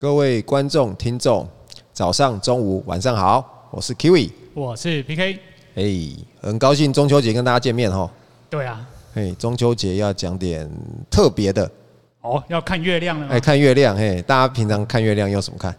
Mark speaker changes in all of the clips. Speaker 1: 各位观众、听众，早上、中午、晚上好，我是 Kiwi，
Speaker 2: 我是 PK。
Speaker 1: 哎、很高兴中秋节跟大家见面哈。
Speaker 2: 对啊，
Speaker 1: 哎、中秋节要讲点特别的，
Speaker 2: 哦，要看月亮了
Speaker 1: 哎、
Speaker 2: 吗？
Speaker 1: 看月亮，嘿、大家平常看月亮用什么看？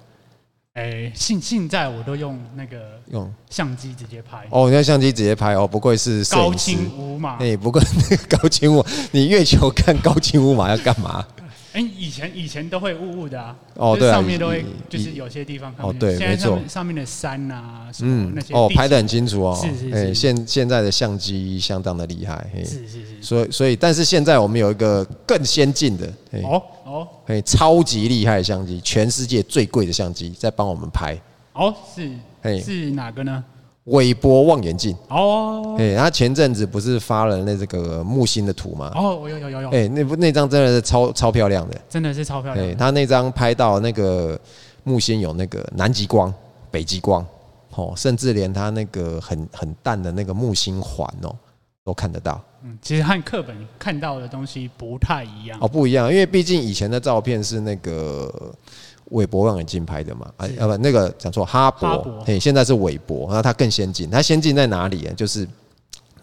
Speaker 2: 哎，现现在我都用那个
Speaker 1: 用
Speaker 2: 相机直接拍，
Speaker 1: 哦，你用相机直接拍哦，不愧是摄
Speaker 2: 高
Speaker 1: 影师。
Speaker 2: 清无码。
Speaker 1: 哎、不过那个高清我， 你月球看高清无码要干嘛？
Speaker 2: 哎，以前以前都会雾雾的啊，
Speaker 1: 哦
Speaker 2: 就是
Speaker 1: 对啊
Speaker 2: 上面都会
Speaker 1: 以，
Speaker 2: 就是
Speaker 1: 以
Speaker 2: 有些地方看不
Speaker 1: 哦
Speaker 2: 见
Speaker 1: 对
Speaker 2: 现在上
Speaker 1: 没错
Speaker 2: 面上面的山啊，什么
Speaker 1: 嗯
Speaker 2: 那，些
Speaker 1: 哦，
Speaker 2: 地
Speaker 1: 拍的
Speaker 2: 形
Speaker 1: 很清楚哦。
Speaker 2: 是是是
Speaker 1: 哎现现在的相机相当的厉害。嘿、
Speaker 2: 是是是，
Speaker 1: 所以所以，但是现在我们有一个更先进的，嘿
Speaker 2: 哦哦
Speaker 1: 嘿，超级厉害的相机，全世界最贵的相机，在帮我们拍
Speaker 2: 哦，
Speaker 1: 嘿
Speaker 2: 是是哪个呢？
Speaker 1: 微波望远镜。
Speaker 2: 哦
Speaker 1: 哎、他前阵子不是发了那这个木星的图吗？
Speaker 2: 哦，我有有有有，
Speaker 1: 哎、那部那张真的是超超漂亮的。
Speaker 2: 真的是超漂
Speaker 1: 哎、
Speaker 2: 亮的。
Speaker 1: 他那张拍到那个木星有那个南极光、北极光，哦，甚至连他那个很很淡的那个木星环哦，都看得到。
Speaker 2: 嗯，其实和课本看到的东西不太一样
Speaker 1: 哦，。不一样，因为毕竟以前的照片是那个韦伯望远镜拍的嘛，啊
Speaker 2: 是
Speaker 1: 啊不，那个讲错，哈
Speaker 2: 哈
Speaker 1: 勃
Speaker 2: 勃，
Speaker 1: 嘿，现在是韦伯，那它更先进，它先进在哪里啊？就是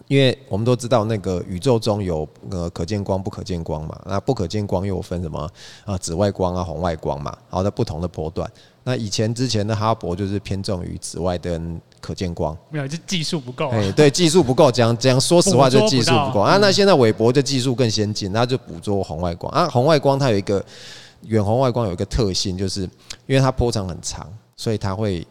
Speaker 1: 因为我们都知道那个宇宙中有呃可见光、不可见光嘛，那不可见光又分什么啊紫外光啊红外光嘛，然后在不同的波段。那以前之前的哈勃就是偏重于紫外跟可见光，
Speaker 2: 没有，就技术不够啊。
Speaker 1: 哎，对，技术不够，讲讲说实话，
Speaker 2: 捕捉
Speaker 1: 就技术不
Speaker 2: 不
Speaker 1: 够
Speaker 2: 到嗯
Speaker 1: 啊。那现在韦伯的技术更先进，那就捕捉红外光啊。红外光它有一个远红外光有一个特性，就是因为它波长很长，所以它会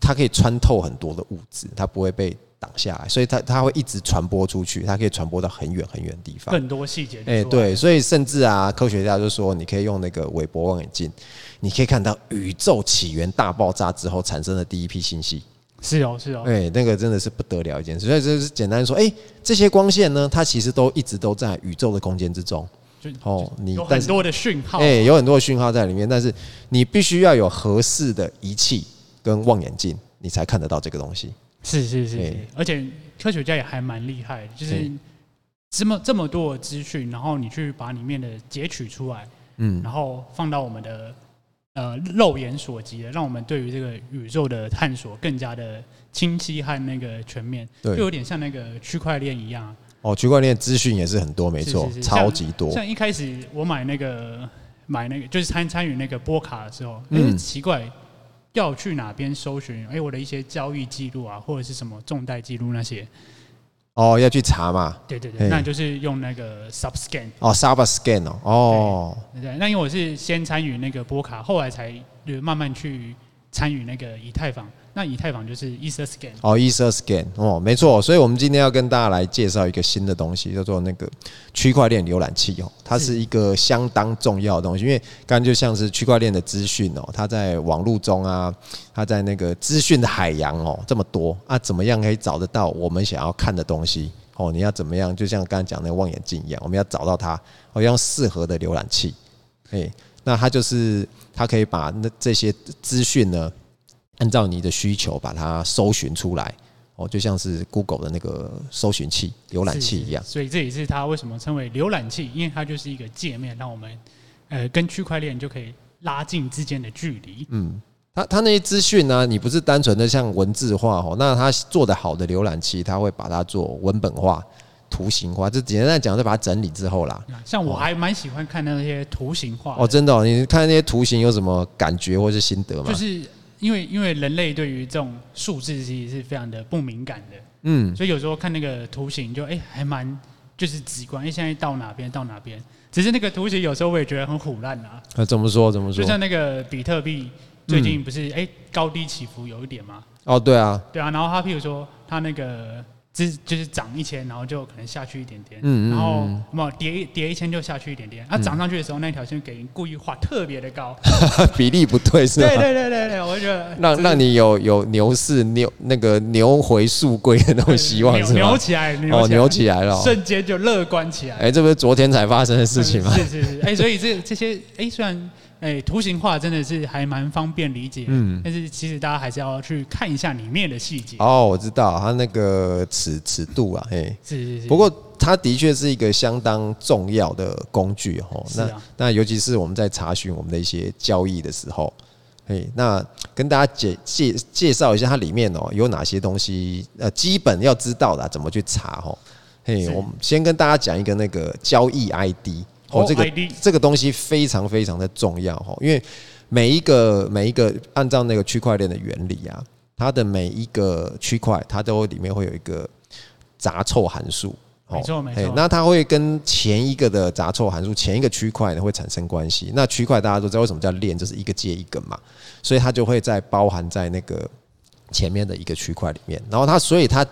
Speaker 1: 它可以穿透很多的物质，它不会被挡下来，所以它它会一直传播出去，它可以传播到很远很远的地方。
Speaker 2: 更多细节。
Speaker 1: 哎、，对，所以甚至啊，科学家就说，你可以用那个韦伯望远镜，你可以看到宇宙起源大爆炸之后产生的第一批星系。
Speaker 2: 是哦是哦。
Speaker 1: 哎、那个真的是不得了一件事。所以就是简单说，哎、这些光线呢，它其实都一直都在宇宙的空间之中。
Speaker 2: 就
Speaker 1: 哦，你
Speaker 2: 有很
Speaker 1: 但是
Speaker 2: 多的讯号。啊
Speaker 1: 哎、有很多的讯号在里面，但是你必须要有合适的仪器跟望远镜，你才看得到这个东西。
Speaker 2: 是是是
Speaker 1: 哎
Speaker 2: 是，而且科学家也还蛮厉害的，就
Speaker 1: 哎
Speaker 2: 是这么这么多的资讯，然后你去把里面的截取出来，
Speaker 1: 嗯，
Speaker 2: 然后放到我们的呃肉眼所及的，让我们对于这个宇宙的探索更加的清晰和那个全面，就
Speaker 1: 对。
Speaker 2: 有点像那个区块链一样啊。
Speaker 1: 哦，区块链资讯也是很多，没
Speaker 2: 是
Speaker 1: 错
Speaker 2: 是，是
Speaker 1: 超级多。
Speaker 2: 像一开始我买那个买那个就是参参与那个波卡的时候，哎、
Speaker 1: 嗯
Speaker 2: 奇怪，要去哪边搜寻？哎、我的一些交易记录啊，或者是什么重贷记录那些，
Speaker 1: 哦，要去查嘛。
Speaker 2: 对对
Speaker 1: 哎
Speaker 2: 对，那就是用那个 Subscan，
Speaker 1: 哦，Saba Scan 哦，哦，
Speaker 2: 对不对？那因为我是先参与那个波卡，后来才就慢慢去参与那个以太坊。那以太坊就是 Ether Scan，
Speaker 1: 哦，Ether Scan 哦，没错，所以我们今天要跟大家来介绍一个新的东西，叫做那个区块链浏览器哦，它是
Speaker 2: 是
Speaker 1: 一个相当重要的东西，因为刚刚就像是区块链的资讯哦，它在网络中啊，它在那个资讯的海洋哦这么多啊，怎么样可以找得到我们想要看的东西？哦，你要怎么样？就像刚才讲那个望远镜一样，我们要找到它，哦，要用适合的浏览器，哎，那它就是它可以把那这些资讯呢，按照你的需求把它搜寻出来。哦，就像是 Google 的那个搜寻器、浏览器一样
Speaker 2: 是。所以这也是它为什么称为浏览器，因为它就是一个界面，让我们呃跟区块链就可以拉近之间的距离。
Speaker 1: 嗯，它它那些资讯呢，你不是单纯的像文字化哦，那它做的好的浏览器，它会把它做文本化、图形化，就简单来讲，再把它整理之后啦。
Speaker 2: 像我还蛮喜欢看那些图形化的
Speaker 1: 哦，真的、哦，你看那些图形有什么感觉或是心得吗？
Speaker 2: 就是因为因为人类对于这种数字其实是非常的不敏感的，
Speaker 1: 嗯，
Speaker 2: 所以有时候看那个图形就哎、还蛮就是直观，哎、现在到哪边到哪边。只是那个图形有时候我也觉得很虎烂啊，
Speaker 1: 那、呃怎么说？怎么
Speaker 2: 就
Speaker 1: 说？嗯
Speaker 2: 像那个比特币最近不是哎、高低起伏有一点嘛，
Speaker 1: 哦，对啊，
Speaker 2: 对啊，然后它譬如说它那个只就是涨一千，然后就可能下去一点点，
Speaker 1: 嗯嗯嗯
Speaker 2: 然后没有跌一跌一千就下去一点点，它、涨上去的时候那条线给人故意画特别的高，
Speaker 1: 比例不 对啊是吧？
Speaker 2: 对对对对对，我就觉 得
Speaker 1: 让让你有有牛市牛那个牛回速归的那种希望
Speaker 2: 扭
Speaker 1: 是
Speaker 2: 扭
Speaker 1: 吧？
Speaker 2: 起来，
Speaker 1: 哦，
Speaker 2: 扭
Speaker 1: 牛起来了、哦！
Speaker 2: 瞬间就乐观起来。
Speaker 1: 哎、这不是昨天才发生的事情吗？
Speaker 2: 是是是，哎、所以这这些，哎、虽然哎、图形化真的是还蛮方便理解，
Speaker 1: 嗯
Speaker 2: 但是其实大家还是要去看一下里面的细节。
Speaker 1: 哦，我知道它那个尺尺度啊，嘿，
Speaker 2: 是是是，
Speaker 1: 不过它的确是一个相当重要的工具哦。
Speaker 2: 是
Speaker 1: 那、
Speaker 2: 啊
Speaker 1: 那尤其是我们在查询我们的一些交易的时候，嘿，那跟大家介介介绍一下它里面哦有哪些东西，呃，基本要知道的啊、怎么去查哦。嘿，
Speaker 2: 是
Speaker 1: 我们先跟大家讲一个那个交易 ID 哦
Speaker 2: 哦，
Speaker 1: 这个
Speaker 2: ID
Speaker 1: 这个东西非常非常的重要哦，因为每一个每一个按照那个区块链的原理啊，它的每一个区块它都里面会有一个杂凑函数。哦
Speaker 2: 没错没错
Speaker 1: 嘿那它会跟前一个的杂凑函数、前一个区块呢会产生关系。那区块大家都知道为什么叫链，就是一个接一个嘛，所以它就会在包含在那个前面的一个区块里面。然后它，所以它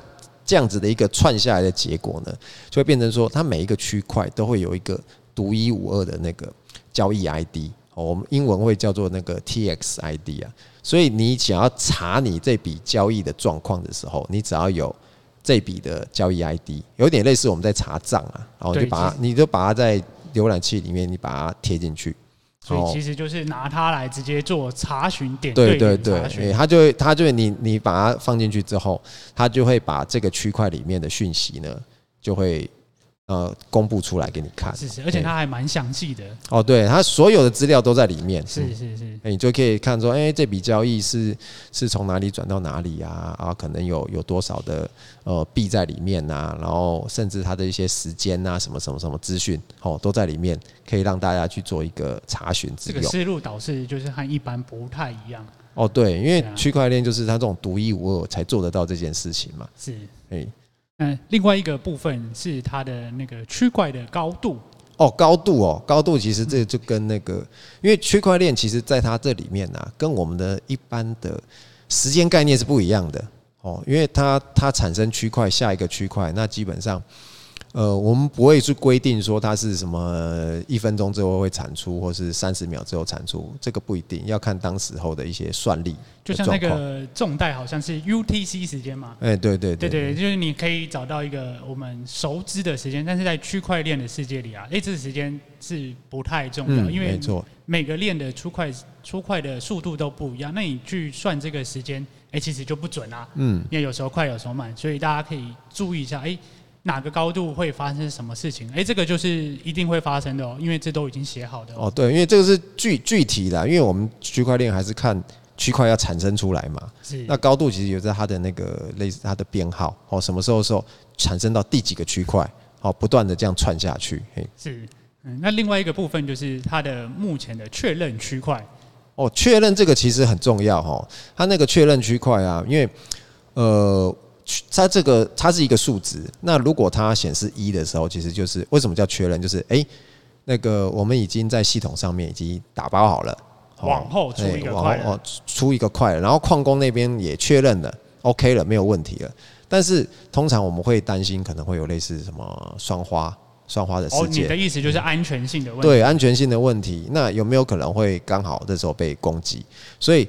Speaker 1: 这样子的一个串下来的结果呢，就会变成说，它每一个区块都会有一个独一无二的那个交易 ID，哦，我们英文会叫做那个 TXID 啊。所以你想要查你这笔交易的状况的时候，你只要有这笔的交易 ID，有点类似我们在查账啊，然后你
Speaker 2: 对
Speaker 1: 就把它
Speaker 2: 其，
Speaker 1: 你就把它在浏览器里面，你把它贴进去。
Speaker 2: 所
Speaker 1: 哦
Speaker 2: 以其实就是拿它来直接做查询点
Speaker 1: 对对
Speaker 2: 对
Speaker 1: 对，哎
Speaker 2: 点查
Speaker 1: 诶
Speaker 2: 询，
Speaker 1: 它就会，它就会你你把它放进去之后，它就会把这个区块里面的讯息呢，就会呃公布出来给你看。
Speaker 2: 是是，而且
Speaker 1: 诶
Speaker 2: 它还蛮详细的，
Speaker 1: 哦，对，它所有的资料都在里面。嗯
Speaker 2: 是是是，
Speaker 1: 诶你就可以看说，哎、这笔交易是是从哪里转到哪里啊？啊，可能有有多少的呃币在里面呐、然后甚至它的一些时间呐、什么什么什么资讯，哦，都在里面，可以让大家去做一个查询之
Speaker 2: 这
Speaker 1: 用
Speaker 2: 个。思路导致就是和一般不太一样，
Speaker 1: 哦，对，因为
Speaker 2: 对啊
Speaker 1: 区块链就是它这种独一无二才做得到这件事情嘛。
Speaker 2: 是。
Speaker 1: 哎，
Speaker 2: 嗯，另外一个部分是它的那个区块的高度，
Speaker 1: 哦，高度哦，高度其实
Speaker 2: 嗯
Speaker 1: 这就跟那个，因为区块链其实在它这里面呢、啊跟我们的一般的时间概念是不一样的哦，因为它它产生区块下一个区块，那基本上。呃，我们不会去规定说它是什么一分钟之后会产出，或是三十秒之后产出，这个不一定，要看当时候的一些算力
Speaker 2: 就
Speaker 1: 的
Speaker 2: 像
Speaker 1: 状
Speaker 2: 那
Speaker 1: 况。
Speaker 2: 个重贷好像是 UTC 时间嘛，
Speaker 1: 哎、对对
Speaker 2: 对
Speaker 1: 对
Speaker 2: 对，就是你可以找到一个我们熟知的时间，但是在区块链的世界里啊，哎，这个时间是不太重要，
Speaker 1: 嗯，
Speaker 2: 因为
Speaker 1: 没错，
Speaker 2: 每个链的出块出块的速度都不一样，那你去算这个时间，哎、其实就不准啊，
Speaker 1: 嗯，
Speaker 2: 因为有时候快，有时候慢，所以大家可以注意一下，哎、哪个高度会发生什么事情？哎、这个就是一定会发生的哦，因为这都已经写好的哦。
Speaker 1: 哦，对，因为这个是具具体的啊，因为我们区块链还是看区块要产生出来嘛。
Speaker 2: 是
Speaker 1: 那高度其实有在它的那个类似它的编号哦，什么时候的时候产生到第几个区块哦，不断的这样串下去。嘿，
Speaker 2: 是，嗯，那另外一个部分就是它的目前的确认区块，
Speaker 1: 哦，确认这个其实很重要哦，它那个确认区块啊，因为呃。它这个它是一个数值，那如果它显示一的时候，其实就是为什么叫确认，就是诶，那个我们已经在系统上面已经打包好了，哦
Speaker 2: 往后出一个
Speaker 1: 哎
Speaker 2: 块
Speaker 1: 往
Speaker 2: 了
Speaker 1: 后哦，出一个快了，然后矿工那边也确认了，OK 了，没有问题了。但是通常我们会担心可能会有类似什么双花双花的事
Speaker 2: 哦，你
Speaker 1: 件，
Speaker 2: 的意思就是安全性的问
Speaker 1: 嗯
Speaker 2: 题，
Speaker 1: 对安全性的问题，那有没有可能会刚好这时候被攻击？所以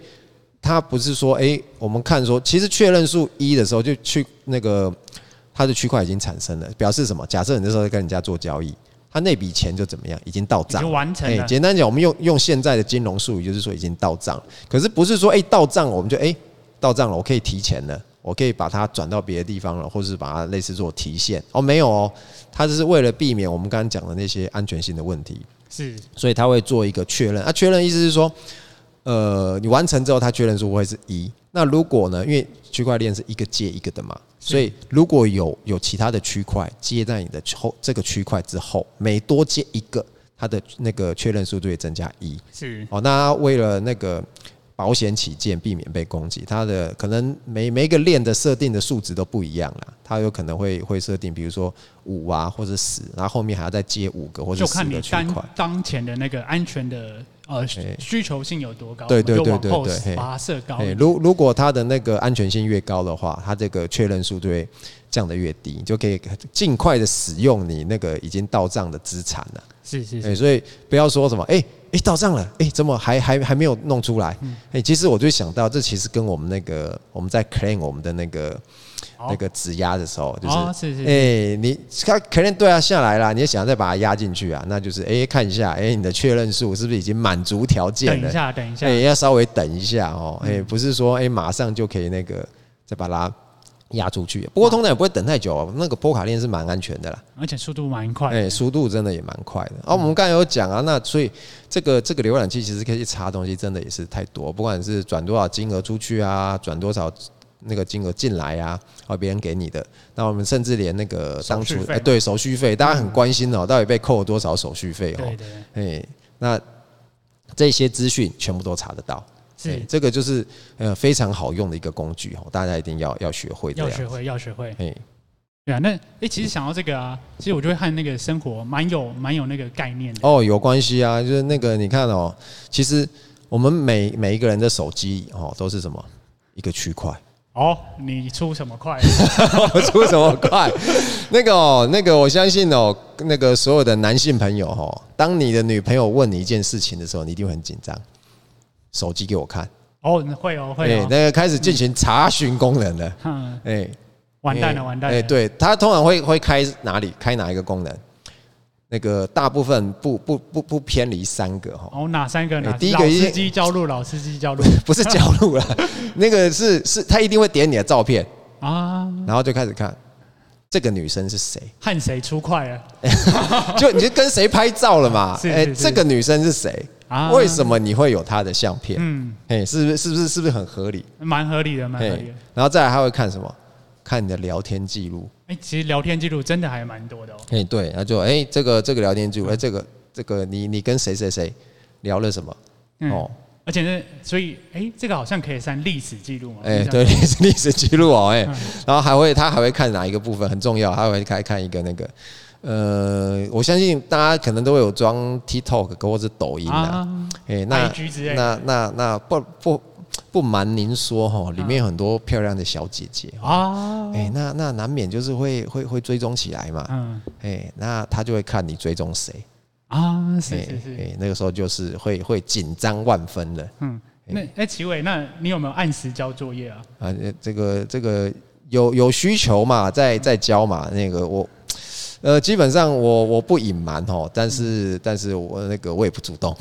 Speaker 1: 他不是说，诶，我们看说，其实确认数一的时候就去那个它的区块已经产生了，表示什么？假设你那时候在跟人家做交易，他那笔钱就怎么样，已经到
Speaker 2: 已
Speaker 1: 账
Speaker 2: 经
Speaker 1: 了。
Speaker 2: 完成
Speaker 1: 哎、
Speaker 2: 了。
Speaker 1: 简单讲，我们用用现在的金融术语，就是说已经到账了。可是不是说哎、到账了我们就哎、到账了，我可以提前了，我可以把它转到别的地方了，或是把它类似做提现哦，没有哦，它就是为了避免我们刚刚讲的那些安全性的问题，
Speaker 2: 是
Speaker 1: 所以它会做一个确认。啊，确认意思是说，呃，你完成之后，它确认数会是一。那如果呢，因为区块链是一个接一个的嘛，所以如果有有其他的区块接在你的后这个区块之后，每多接一个，它的那个确认数就会增加一。
Speaker 2: 是
Speaker 1: 哦，那为了那个保险起见，避免被攻击，它的可能每每一个链的设定的数值都不一样啦，它有可能会会设定，比如说五啊，或者十，然后后面还要再接五个或者
Speaker 2: 就
Speaker 1: 十
Speaker 2: 看
Speaker 1: 个
Speaker 2: 你
Speaker 1: 区
Speaker 2: 当
Speaker 1: 块。
Speaker 2: 当前的那个安全的呃
Speaker 1: 哎
Speaker 2: 需求性有多高，
Speaker 1: 对对
Speaker 2: 我们就
Speaker 1: 对
Speaker 2: 往
Speaker 1: 对
Speaker 2: 后
Speaker 1: 对嘿
Speaker 2: 发射高一
Speaker 1: 哎、
Speaker 2: 点。
Speaker 1: 如如果它的那个安全性越高的话，它这个确认数就会降得越低，你就可以尽快的使用你那个已经到账的资产了。
Speaker 2: 是是
Speaker 1: 哎、
Speaker 2: 是，
Speaker 1: 所以不要说什么，哎、哎、到账了，哎、怎么还还还没有弄出来？哎、其实我就想到，这其实跟我们那个我们在 claim 我们的那个那个指压的时候，就是
Speaker 2: 哦，是是
Speaker 1: 哎、你他肯定对啊下来啦，你也想再把它压进去啊，那就是哎、看一下，哎、你的确认数是不是已经满足条件
Speaker 2: 等
Speaker 1: 了
Speaker 2: 一？下，等一下
Speaker 1: 哎、，要稍微等一下哦，
Speaker 2: 嗯
Speaker 1: 哎、不是说哎、马上就可以那个再把它压出
Speaker 2: 嗯
Speaker 1: 去，不过通常也不会等太久、哦，那个波卡链是蛮安全的啦。
Speaker 2: 而且速度蛮快嗯
Speaker 1: 哎、
Speaker 2: 的，
Speaker 1: 速度真的也蛮快的。啊，我们刚才有讲啊，那所以这个这个浏览器其实可以查的东西，真的也是太多，不管是转多少金额出去啊，转多少那个金额进来啊，啊，别人给你的。那我们甚至连那个当初
Speaker 2: 手续费嗯
Speaker 1: 哎对手续费，大家很关心哦，到底被扣了多少手续费哦
Speaker 2: 对？对，对
Speaker 1: 哎、那这些资讯全部都查得到。哎
Speaker 2: 是
Speaker 1: 这个就是呃非常好用的一个工具哦，大家一定要要学会这
Speaker 2: 要
Speaker 1: 样
Speaker 2: 学
Speaker 1: 子。
Speaker 2: 会，要学会。
Speaker 1: 哎，
Speaker 2: 对啊，那哎、诶其实想到这个啊，其实我就会和那个生活蛮有蛮有那个概念的。
Speaker 1: 哦，有关系啊，就是那个你看哦，其实我们每每一个人的手机哦都是什么一个区块，
Speaker 2: 哦，你出什么快？
Speaker 1: 出什么块？那个哦，那个我相信哦，那个所有的男性朋友哦，当你的女朋友问你一件事情的时候，你一定会很紧张。手机给我看，
Speaker 2: 哦，你会哦，会
Speaker 1: 哎
Speaker 2: 哦。
Speaker 1: 那个开始进行查询功能了，
Speaker 2: 哼，
Speaker 1: 哎、
Speaker 2: 完蛋
Speaker 1: 哎
Speaker 2: 了，完蛋
Speaker 1: 哎、
Speaker 2: 了。
Speaker 1: 对，它通常会会开哪里？开哪一个功能？那个大部分不不不不偏离三个哈、哦，
Speaker 2: 哦，哪三个？
Speaker 1: 哎
Speaker 2: 哪
Speaker 1: 第一个
Speaker 2: 老
Speaker 1: 一定
Speaker 2: 司机教路，老司机教 路
Speaker 1: 不是交入啦，那个是是，他一定会点你的照片，
Speaker 2: 啊，
Speaker 1: 然后就开始看这个女生是谁，
Speaker 2: 和谁出快啊了
Speaker 1: 就你就跟谁拍照了嘛？
Speaker 2: 是
Speaker 1: 哎，
Speaker 2: 是是
Speaker 1: 这个女生是谁？
Speaker 2: 啊？
Speaker 1: 为什？么你会有她的相片？
Speaker 2: 嗯，
Speaker 1: 哎，是不是是不是是不是很合理？
Speaker 2: 蛮合理的，蛮合
Speaker 1: 哎
Speaker 2: 理的。，
Speaker 1: 然后再来还会看什么？看你的聊天记录。
Speaker 2: 哎、其实聊天记录真的还蛮多的哦。
Speaker 1: 哎，对，然后就哎这个这个聊天记录，
Speaker 2: 嗯
Speaker 1: 哎这个这个你你跟谁谁谁聊了什么？
Speaker 2: 嗯，
Speaker 1: 哦，
Speaker 2: 而且呢，所以哎、这个好像可以算历史记录嘛？
Speaker 1: 哎，
Speaker 2: 是这
Speaker 1: 对，
Speaker 2: 样，
Speaker 1: 历史历史记录哦，哎
Speaker 2: 嗯，
Speaker 1: 然后还会他还会看哪一个部分很重要，他还会开看一个那个，呃，我相信大家可能都有装 TikTok 或者抖音啊，
Speaker 2: 啊，
Speaker 1: 哎，那
Speaker 2: IG 之类
Speaker 1: 那
Speaker 2: 的
Speaker 1: 那那不不不瞒您说哈、里
Speaker 2: 嗯
Speaker 1: 面有很多漂亮的小姐姐哦，
Speaker 2: 啊，
Speaker 1: 哎，那那难免就是会会会追踪起来嘛，
Speaker 2: 嗯
Speaker 1: 哎，那他就会看你追踪谁，
Speaker 2: 啊，是
Speaker 1: 哎
Speaker 2: 是是。
Speaker 1: 哎，那个时候就是会会紧张万分了
Speaker 2: 嗯，那哎，齐伟，那你有没有按时交作业啊？
Speaker 1: 啊，呃这个这个有有需求嘛，再再教嘛，那个我。呃，基本上我我不隐瞒哦，但是
Speaker 2: 嗯
Speaker 1: 但是我那个我也不主动，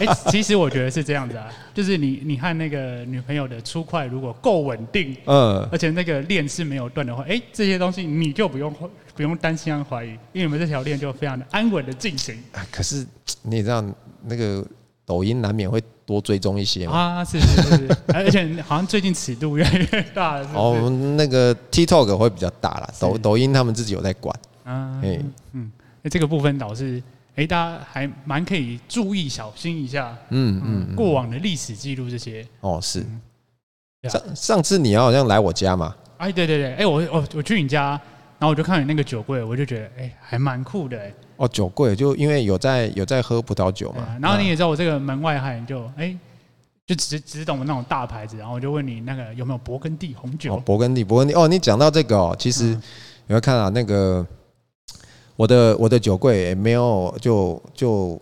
Speaker 2: 哎、其实我觉得是这样子啊，就是你你和那个女朋友的出快如果够稳定，
Speaker 1: 嗯，
Speaker 2: 而且那个链是没有断的话，哎、这些东西你就不用不用担心和怀疑，因为你们这条链就非常的安稳的进行
Speaker 1: 啊可是你也知道那个抖音难免会多追踪一些嘛，
Speaker 2: 啊，是是是， 是而且好像最近尺度越来越大了，是不是？
Speaker 1: 哦，那个 TikTok 会比较大啦，抖
Speaker 2: 是
Speaker 1: 抖音他们自己有在管，
Speaker 2: 啊
Speaker 1: 哎
Speaker 2: 嗯，那这个部分倒是，哎、大家还蛮可以注意小心一下，
Speaker 1: 嗯嗯，
Speaker 2: 嗯，过往的历史记录这些。
Speaker 1: 哦是
Speaker 2: 嗯，对啊
Speaker 1: 上上次你好像来我家嘛，
Speaker 2: 哎，对对对，哎、我我我去你家，然后我就看你那个酒柜，我就觉得哎、还蛮酷的、哎
Speaker 1: 哦酒柜就因为有在有在喝葡萄酒
Speaker 2: 对啊
Speaker 1: 嘛，
Speaker 2: 然后你
Speaker 1: 啊
Speaker 2: 也知道我这个门外汉，就哎、就只只懂那种大牌子，然后我就问你那个有没有勃艮第红酒
Speaker 1: 哦、勃艮第勃艮第哦，你讲到这个哦，其实
Speaker 2: 嗯
Speaker 1: 你会看啊那个我的我的酒柜也没有就就。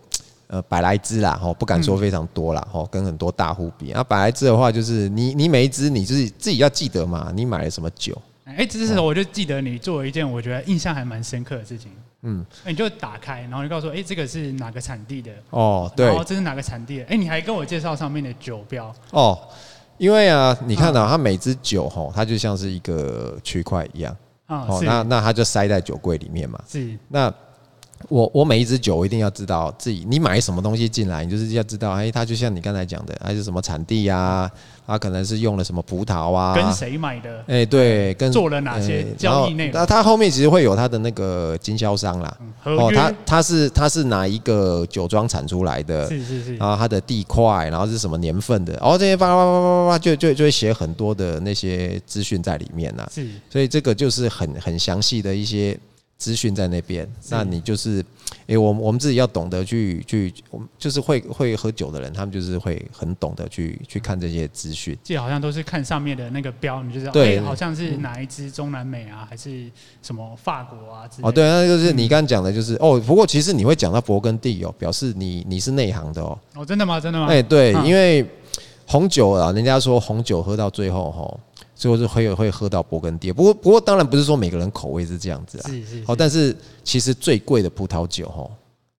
Speaker 1: 呃，百来支啦，哦，不敢
Speaker 2: 嗯
Speaker 1: 说非常多啦，哦，跟很多大户比。啊那、百来支的话，就是你你每一支你自己自己要记得嘛，你买了什么酒，
Speaker 2: 哎、这
Speaker 1: 哦
Speaker 2: 是我就记得你做了一件我觉得印象还蛮深刻的事情，
Speaker 1: 嗯，
Speaker 2: 你就打开，然后就告诉我，哎、这个是哪个产地的，
Speaker 1: 哦，对
Speaker 2: 然，后这是哪个产地的，哎、你还跟我介绍上面的酒标，
Speaker 1: 哦，因为啊，你
Speaker 2: 嗯
Speaker 1: 看到、它每支酒吼，它就像是一个区块一样，
Speaker 2: 啊、
Speaker 1: 哦，那那它就塞在酒柜里面嘛。
Speaker 2: 是是，
Speaker 1: 那我我每一支酒，我一定要知道自己你买什么东西进来，你就是要知道，哎，它就像你刚才讲的，它是什么产地啊，它可能是用了什么葡萄啊，
Speaker 2: 跟谁买的，
Speaker 1: 哎、对，跟
Speaker 2: 做了哪些交易内容
Speaker 1: 那它后面其实会有它的那个经销商啦，
Speaker 2: 嗯合
Speaker 1: 哦，呃
Speaker 2: 约，
Speaker 1: 它它是它是哪一个酒庄产出来的，
Speaker 2: 是是是，
Speaker 1: 然后它的地块，然后是什么年份的，然、哦后这些叭叭叭叭叭叭，就就就会写很多的那些资讯在里面呐、
Speaker 2: 是
Speaker 1: 所以这个就是很很详细的一些资讯在那边。那你就是，诶、我们我们自己要懂得去去，我们就是会会喝酒的人，他们就是会很懂得去去看这些资讯。
Speaker 2: 记得好像都是看上面的那个标，你就知道，
Speaker 1: 对嗯
Speaker 2: 哎、好像是哪一支中南美啊，还是什么法国啊之类的。
Speaker 1: 哦，对，那就是你刚刚讲的，就是、哦。不过其实你会讲到勃艮第哦，表示你你是内行的哦。
Speaker 2: 哦，真的吗？真的吗？
Speaker 1: 哎、对，
Speaker 2: 嗯
Speaker 1: 因为红酒啊，人家说红酒喝到最后吼，所以我就会有会喝到勃艮第。哦不过不过当然不是说每个人口味是这样子啊，
Speaker 2: 是是
Speaker 1: 好，
Speaker 2: 是
Speaker 1: 但是其实最贵的葡萄酒哦，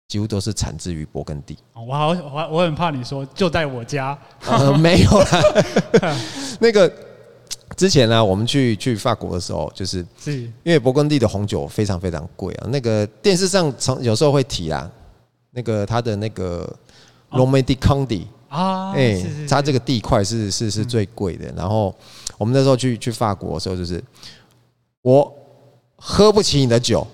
Speaker 1: 几乎都是产自于勃艮第。
Speaker 2: 哦我好我我很怕你说就在我家，
Speaker 1: 呃，没有啦。 那个之前呢、我们去去法国的时候，就是
Speaker 2: 是
Speaker 1: 因为勃艮第的红酒非常非常贵啊，那个电视上常有时候会提啊，那个它的那个 r o m a n d i c o n d i
Speaker 2: 啊，
Speaker 1: 哎、
Speaker 2: 是是
Speaker 1: 它
Speaker 2: 是嗯
Speaker 1: 这个地块是是是最贵的。然后我们那时候去去法国的时候，就是我喝不起你的酒，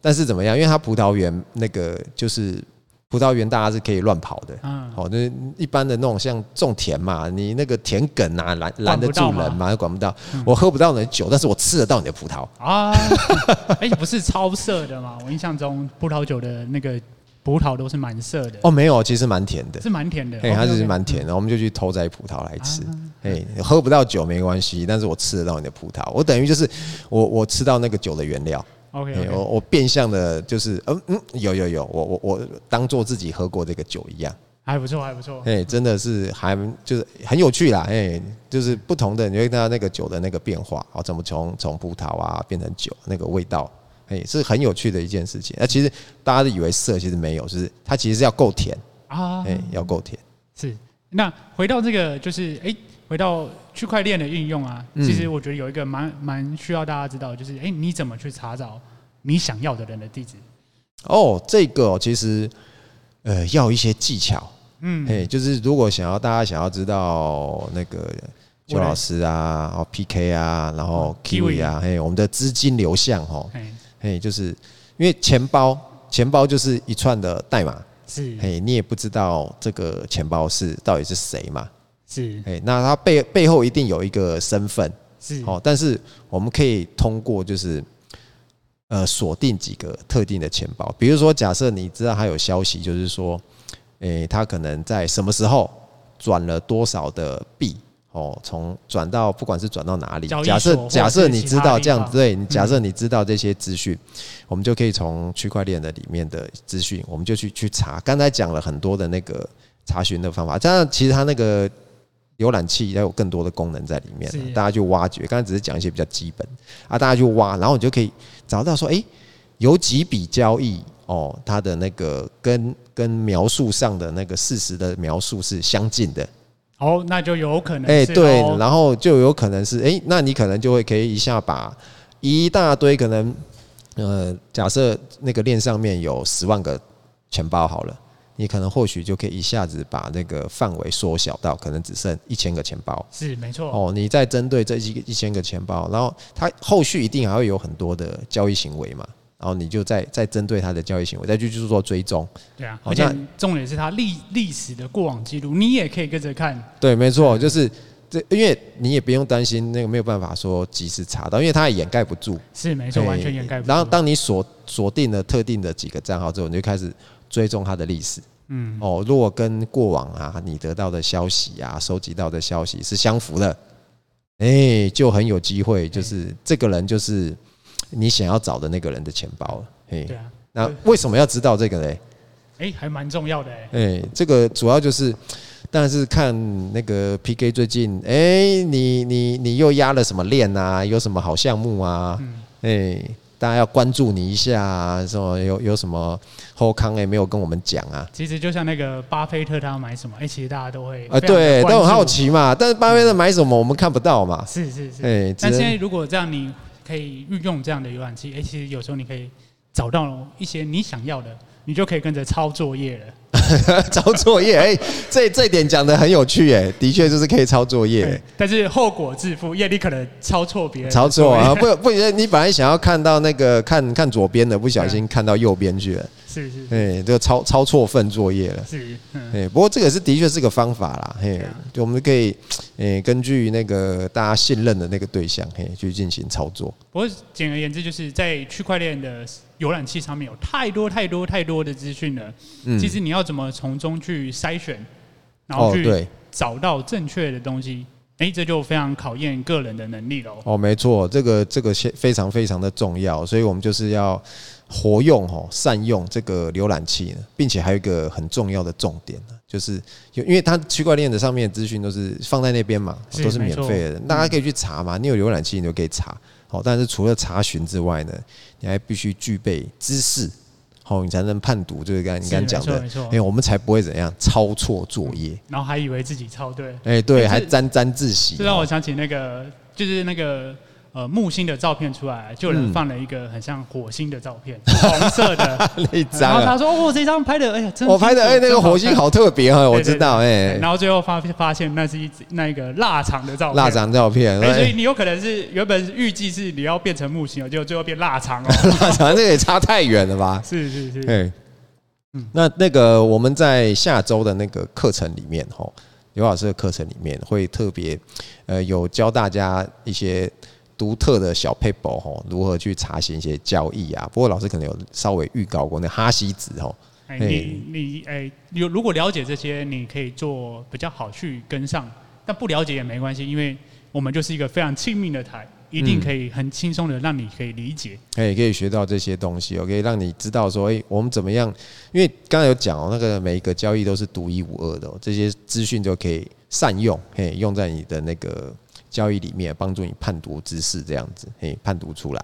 Speaker 1: 但是怎么样？因为它葡萄园那个就是葡萄园，大家是可以乱跑的。
Speaker 2: 嗯，
Speaker 1: 好、那一般的那种像种田嘛，你那个田埂啊，拦拦得住
Speaker 2: 管不到
Speaker 1: 人嘛，管不到
Speaker 2: 嗯。
Speaker 1: 我喝不到你的酒，但是我吃得到你的葡萄。
Speaker 2: 啊， 哎、不是超涩的吗？我印象中葡萄酒的那个葡萄都是蛮涩的，
Speaker 1: 哦，没有，其实蛮甜的。
Speaker 2: 是蛮甜的。哦
Speaker 1: 哎，它
Speaker 2: OK，OK
Speaker 1: 是蛮甜的，我们就去偷摘葡萄来吃
Speaker 2: 嗯啊。
Speaker 1: 哎，喝不到酒没关系，但是我吃得到你的葡萄。我等于就是我我吃到那个酒的原料，
Speaker 2: OK，,
Speaker 1: 哎
Speaker 2: o，k
Speaker 1: 我我变相的就是嗯嗯，有有有，我我我当做自己喝过这个酒一样。
Speaker 2: 还不错，还不错。
Speaker 1: 哎，真的是还就是很有趣啦。哎，就是不同的，你会看到那个酒的那个变化，哦，怎么从从葡萄啊变成酒那个味道。哎，是很有趣的一件事情。那、其实大家都以为涩，其实没有，就是它其实是要够甜，
Speaker 2: 啊，
Speaker 1: 哎，要够甜。
Speaker 2: 是。那回到这个，就是哎、回到区块链的运用啊，
Speaker 1: 嗯
Speaker 2: 其实我觉得有一个蛮蛮需要大家知道，就是哎、你怎么去查找你想要的人的地址？
Speaker 1: 哦，这个哦其实呃要一些技巧，
Speaker 2: 嗯，
Speaker 1: 哎、就是如果想要大家想要知道那个邱老师啊，哦 PK 啊，然后
Speaker 2: Kiwi
Speaker 1: Kiwi 啊，嘿，我们的资金流向哦，
Speaker 2: 哎、
Speaker 1: 嘿，就是因为钱包钱包就是一串的代码，
Speaker 2: 是
Speaker 1: 嘿，你也不知道这个钱包是到底是谁嘛，
Speaker 2: 是
Speaker 1: 嘿，那它背背后一定有一个身份，
Speaker 2: 是，
Speaker 1: 哦，但是我们可以通过就是呃锁定几个特定的钱包，比如说假设你知道他有消息，就是说，诶、他可能在什么时候转了多少的币。哦，从转到不管是转到哪里
Speaker 2: 交，易
Speaker 1: 假设
Speaker 2: 所或者
Speaker 1: 假设
Speaker 2: 是
Speaker 1: 你
Speaker 2: 其
Speaker 1: 知
Speaker 2: 他
Speaker 1: 道
Speaker 2: 地
Speaker 1: 这样
Speaker 2: 方嗯
Speaker 1: 子，对你假设你知道这些资讯，我们就可以从区块链的里面的资讯，我们就去去查。刚才讲了很多的那个查询的方法，当然其实它那个浏览器要有更多的功能在里面
Speaker 2: 是
Speaker 1: 了，大家去挖掘。刚才只是讲一些比较基本啊，大家去挖，然后你就可以找到说，诶，有几笔交易哦，它的那个跟跟描述上的那个事实的描述是相近的，
Speaker 2: 哦，那就有可能
Speaker 1: 哎、
Speaker 2: 是
Speaker 1: 对
Speaker 2: 哦，
Speaker 1: 然后就有可能是哎、那你可能就会可以一下把一大堆可能呃，假设那个链上面有十万个钱包好了，你可能或许就可以一下子把那个范围缩小到可能只剩一千个钱包。
Speaker 2: 是没错，
Speaker 1: 哦，你再针对这一一千个钱包，然后它后续一定还会有很多的交易行为嘛，然后你就再再针对它的交易行为再去去做追踪。
Speaker 2: 对啊，
Speaker 1: 好
Speaker 2: 而且
Speaker 1: 那
Speaker 2: 重点是它历历史的过往记录，你也可以跟着看，
Speaker 1: 对，没
Speaker 2: 嗯
Speaker 1: 错，就是这，因为你也不用担心那个没有办法说及时查到，因为它也掩盖不住，
Speaker 2: 是没错，
Speaker 1: 哎
Speaker 2: 完全掩盖不住。
Speaker 1: 然后当你锁锁定了特定的几个账号之后，你就开始追踪它的历史。
Speaker 2: 嗯，
Speaker 1: 哦，如果跟过往啊你得到的消息啊、收集到的消息是相符的，哎、就很有机会，就是这个人就是你想要找的那个人的钱包了。哎、
Speaker 2: 对啊，
Speaker 1: 那为什么要知道这个嘞？
Speaker 2: 哎、还蛮重要的哎、
Speaker 1: 哎、这个主要就是，但是看那个 PK 最近，哎、你你你又压了什么链啊？有什么好项目啊？哎、大家要关注你一下啊！什么有有什么后康哎没有跟我们讲啊？
Speaker 2: 其实就像那个巴菲特他买什么，哎、其实大家都会
Speaker 1: 啊，
Speaker 2: 非常地
Speaker 1: 对，
Speaker 2: 关
Speaker 1: 都很
Speaker 2: 注
Speaker 1: 好，奇嘛。但是巴菲特买什么我们看不到嘛？
Speaker 2: 是是是。
Speaker 1: 哎、只
Speaker 2: 但现在
Speaker 1: 能
Speaker 2: 如果这样，你可以运用这样的浏览器，哎、其实有时候你可以找到一些你想要的，你就可以跟着抄作业了。
Speaker 1: 抄作业。哎、这这点讲的很有趣哎、的确就是可以抄作业、
Speaker 2: 对，但是后果自负，因为你可能抄错别人的
Speaker 1: 抄
Speaker 2: 作
Speaker 1: 错
Speaker 2: 业。
Speaker 1: 啊！不不，你本来想要看到那个看看左边的，不小心看到右边去了。
Speaker 2: 是是是
Speaker 1: 哎，就抄抄错份作业了。
Speaker 2: 是，嗯，
Speaker 1: 哎，不过这个是的确是个方法啦，嘿
Speaker 2: 对啊，
Speaker 1: 就我们可以，哎，根据那个大家信任的那个对象，嘿，去进行操作。
Speaker 2: 不过简而言之，就是在区块链的浏览器上面有太多太多太多的资讯了。
Speaker 1: 嗯
Speaker 2: 其实你要怎么从中去筛选，然
Speaker 1: 哦
Speaker 2: 后，去
Speaker 1: 对，
Speaker 2: 找到正确的东西，哎，这就非常考验个人的能力喽。
Speaker 1: 哦，没错，这个这个非非常非常的重要，所以我们就是要活用哦，善用这个浏览器呢，并且还有一个很重要的重点呢，就是因为它区块链的上面的资讯都是放在那边嘛，
Speaker 2: 是
Speaker 1: 都是免
Speaker 2: 没错
Speaker 1: 费的，大家可以去查嘛，你有浏览器你就可以查。好，但是除了查询之外呢，你还必须具备知识，好，你才能判读，就是刚才你
Speaker 2: 是
Speaker 1: 刚刚讲的，
Speaker 2: 没错没
Speaker 1: 哎，
Speaker 2: 错。
Speaker 1: 我们才不会怎样抄错作业。
Speaker 2: 然后还以为自己抄对，
Speaker 1: 哎，对，
Speaker 2: 哎
Speaker 1: 还
Speaker 2: 这
Speaker 1: 沾沾自喜哦。
Speaker 2: 这让我想起那个，就是那个呃木星的照片出来，就有
Speaker 1: 嗯
Speaker 2: 人放了一个很像火星的照片，红 色的。
Speaker 1: 那一
Speaker 2: 然
Speaker 1: 张
Speaker 2: 后
Speaker 1: 啊
Speaker 2: 他。说：“哦，这张拍的，哎呀，真
Speaker 1: 我拍的
Speaker 2: 清
Speaker 1: 哎、
Speaker 2: 楚
Speaker 1: 那个火星。好特别哦，
Speaker 2: 对
Speaker 1: 我
Speaker 2: 对
Speaker 1: 知道
Speaker 2: 真好
Speaker 1: 哎
Speaker 2: 看”，然后最后发发现那是一只那个腊肠的照片，
Speaker 1: 腊肠照片，
Speaker 2: 哎、所以
Speaker 1: 哎
Speaker 2: 你有可能是原本预计是你要变成木星哦，结果最后变 腊肠哦。
Speaker 1: 哎腊肠这个也差太远了吧？
Speaker 2: 是是是，
Speaker 1: 哎
Speaker 2: 嗯，
Speaker 1: 那那个我们在下周的那个课程里面吼，刘老师的课程里面会特别呃有教大家一些。独特的小 paper 吼，如何去查询一些交易啊？不过老师可能有稍微预告过那哈希子吼，
Speaker 2: 哎、
Speaker 1: 哎
Speaker 2: 你你哎，有、如果了解这些，你可以做比较好去跟上，但不了解也没关系，因为我们就是一个非常亲密的台，一定
Speaker 1: 嗯
Speaker 2: 可以很轻松的让你可以理解。
Speaker 1: 哎，也可以学到这些东西哦，可以让你知道说，哎，我们怎么样？因为刚才有讲哦，那个每一个交易都是独一无二的、哦，这些资讯就可以善用，嘿，用在你的那个交易里面，帮助你判读知识这样子，嘿，判读出来。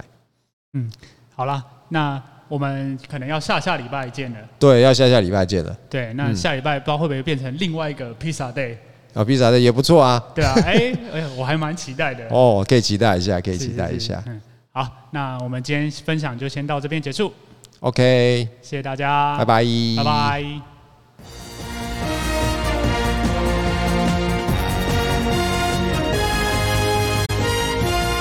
Speaker 2: 好啦，那我们可能要下下礼拜见了。
Speaker 1: 对，要下下礼拜见了。
Speaker 2: 对，那
Speaker 1: 嗯
Speaker 2: 下礼拜不知道会不会变成另外一个披萨 day？
Speaker 1: 啊，披萨的也不错啊，
Speaker 2: 对啊，哎、哎，我还蛮期待的。
Speaker 1: 哦，可以期待一下，可以
Speaker 2: 是
Speaker 1: 期待一下。
Speaker 2: 是是嗯，好，那我们今天分享就先到这边结束，
Speaker 1: OK，
Speaker 2: 谢谢大家，
Speaker 1: 拜拜，
Speaker 2: 拜拜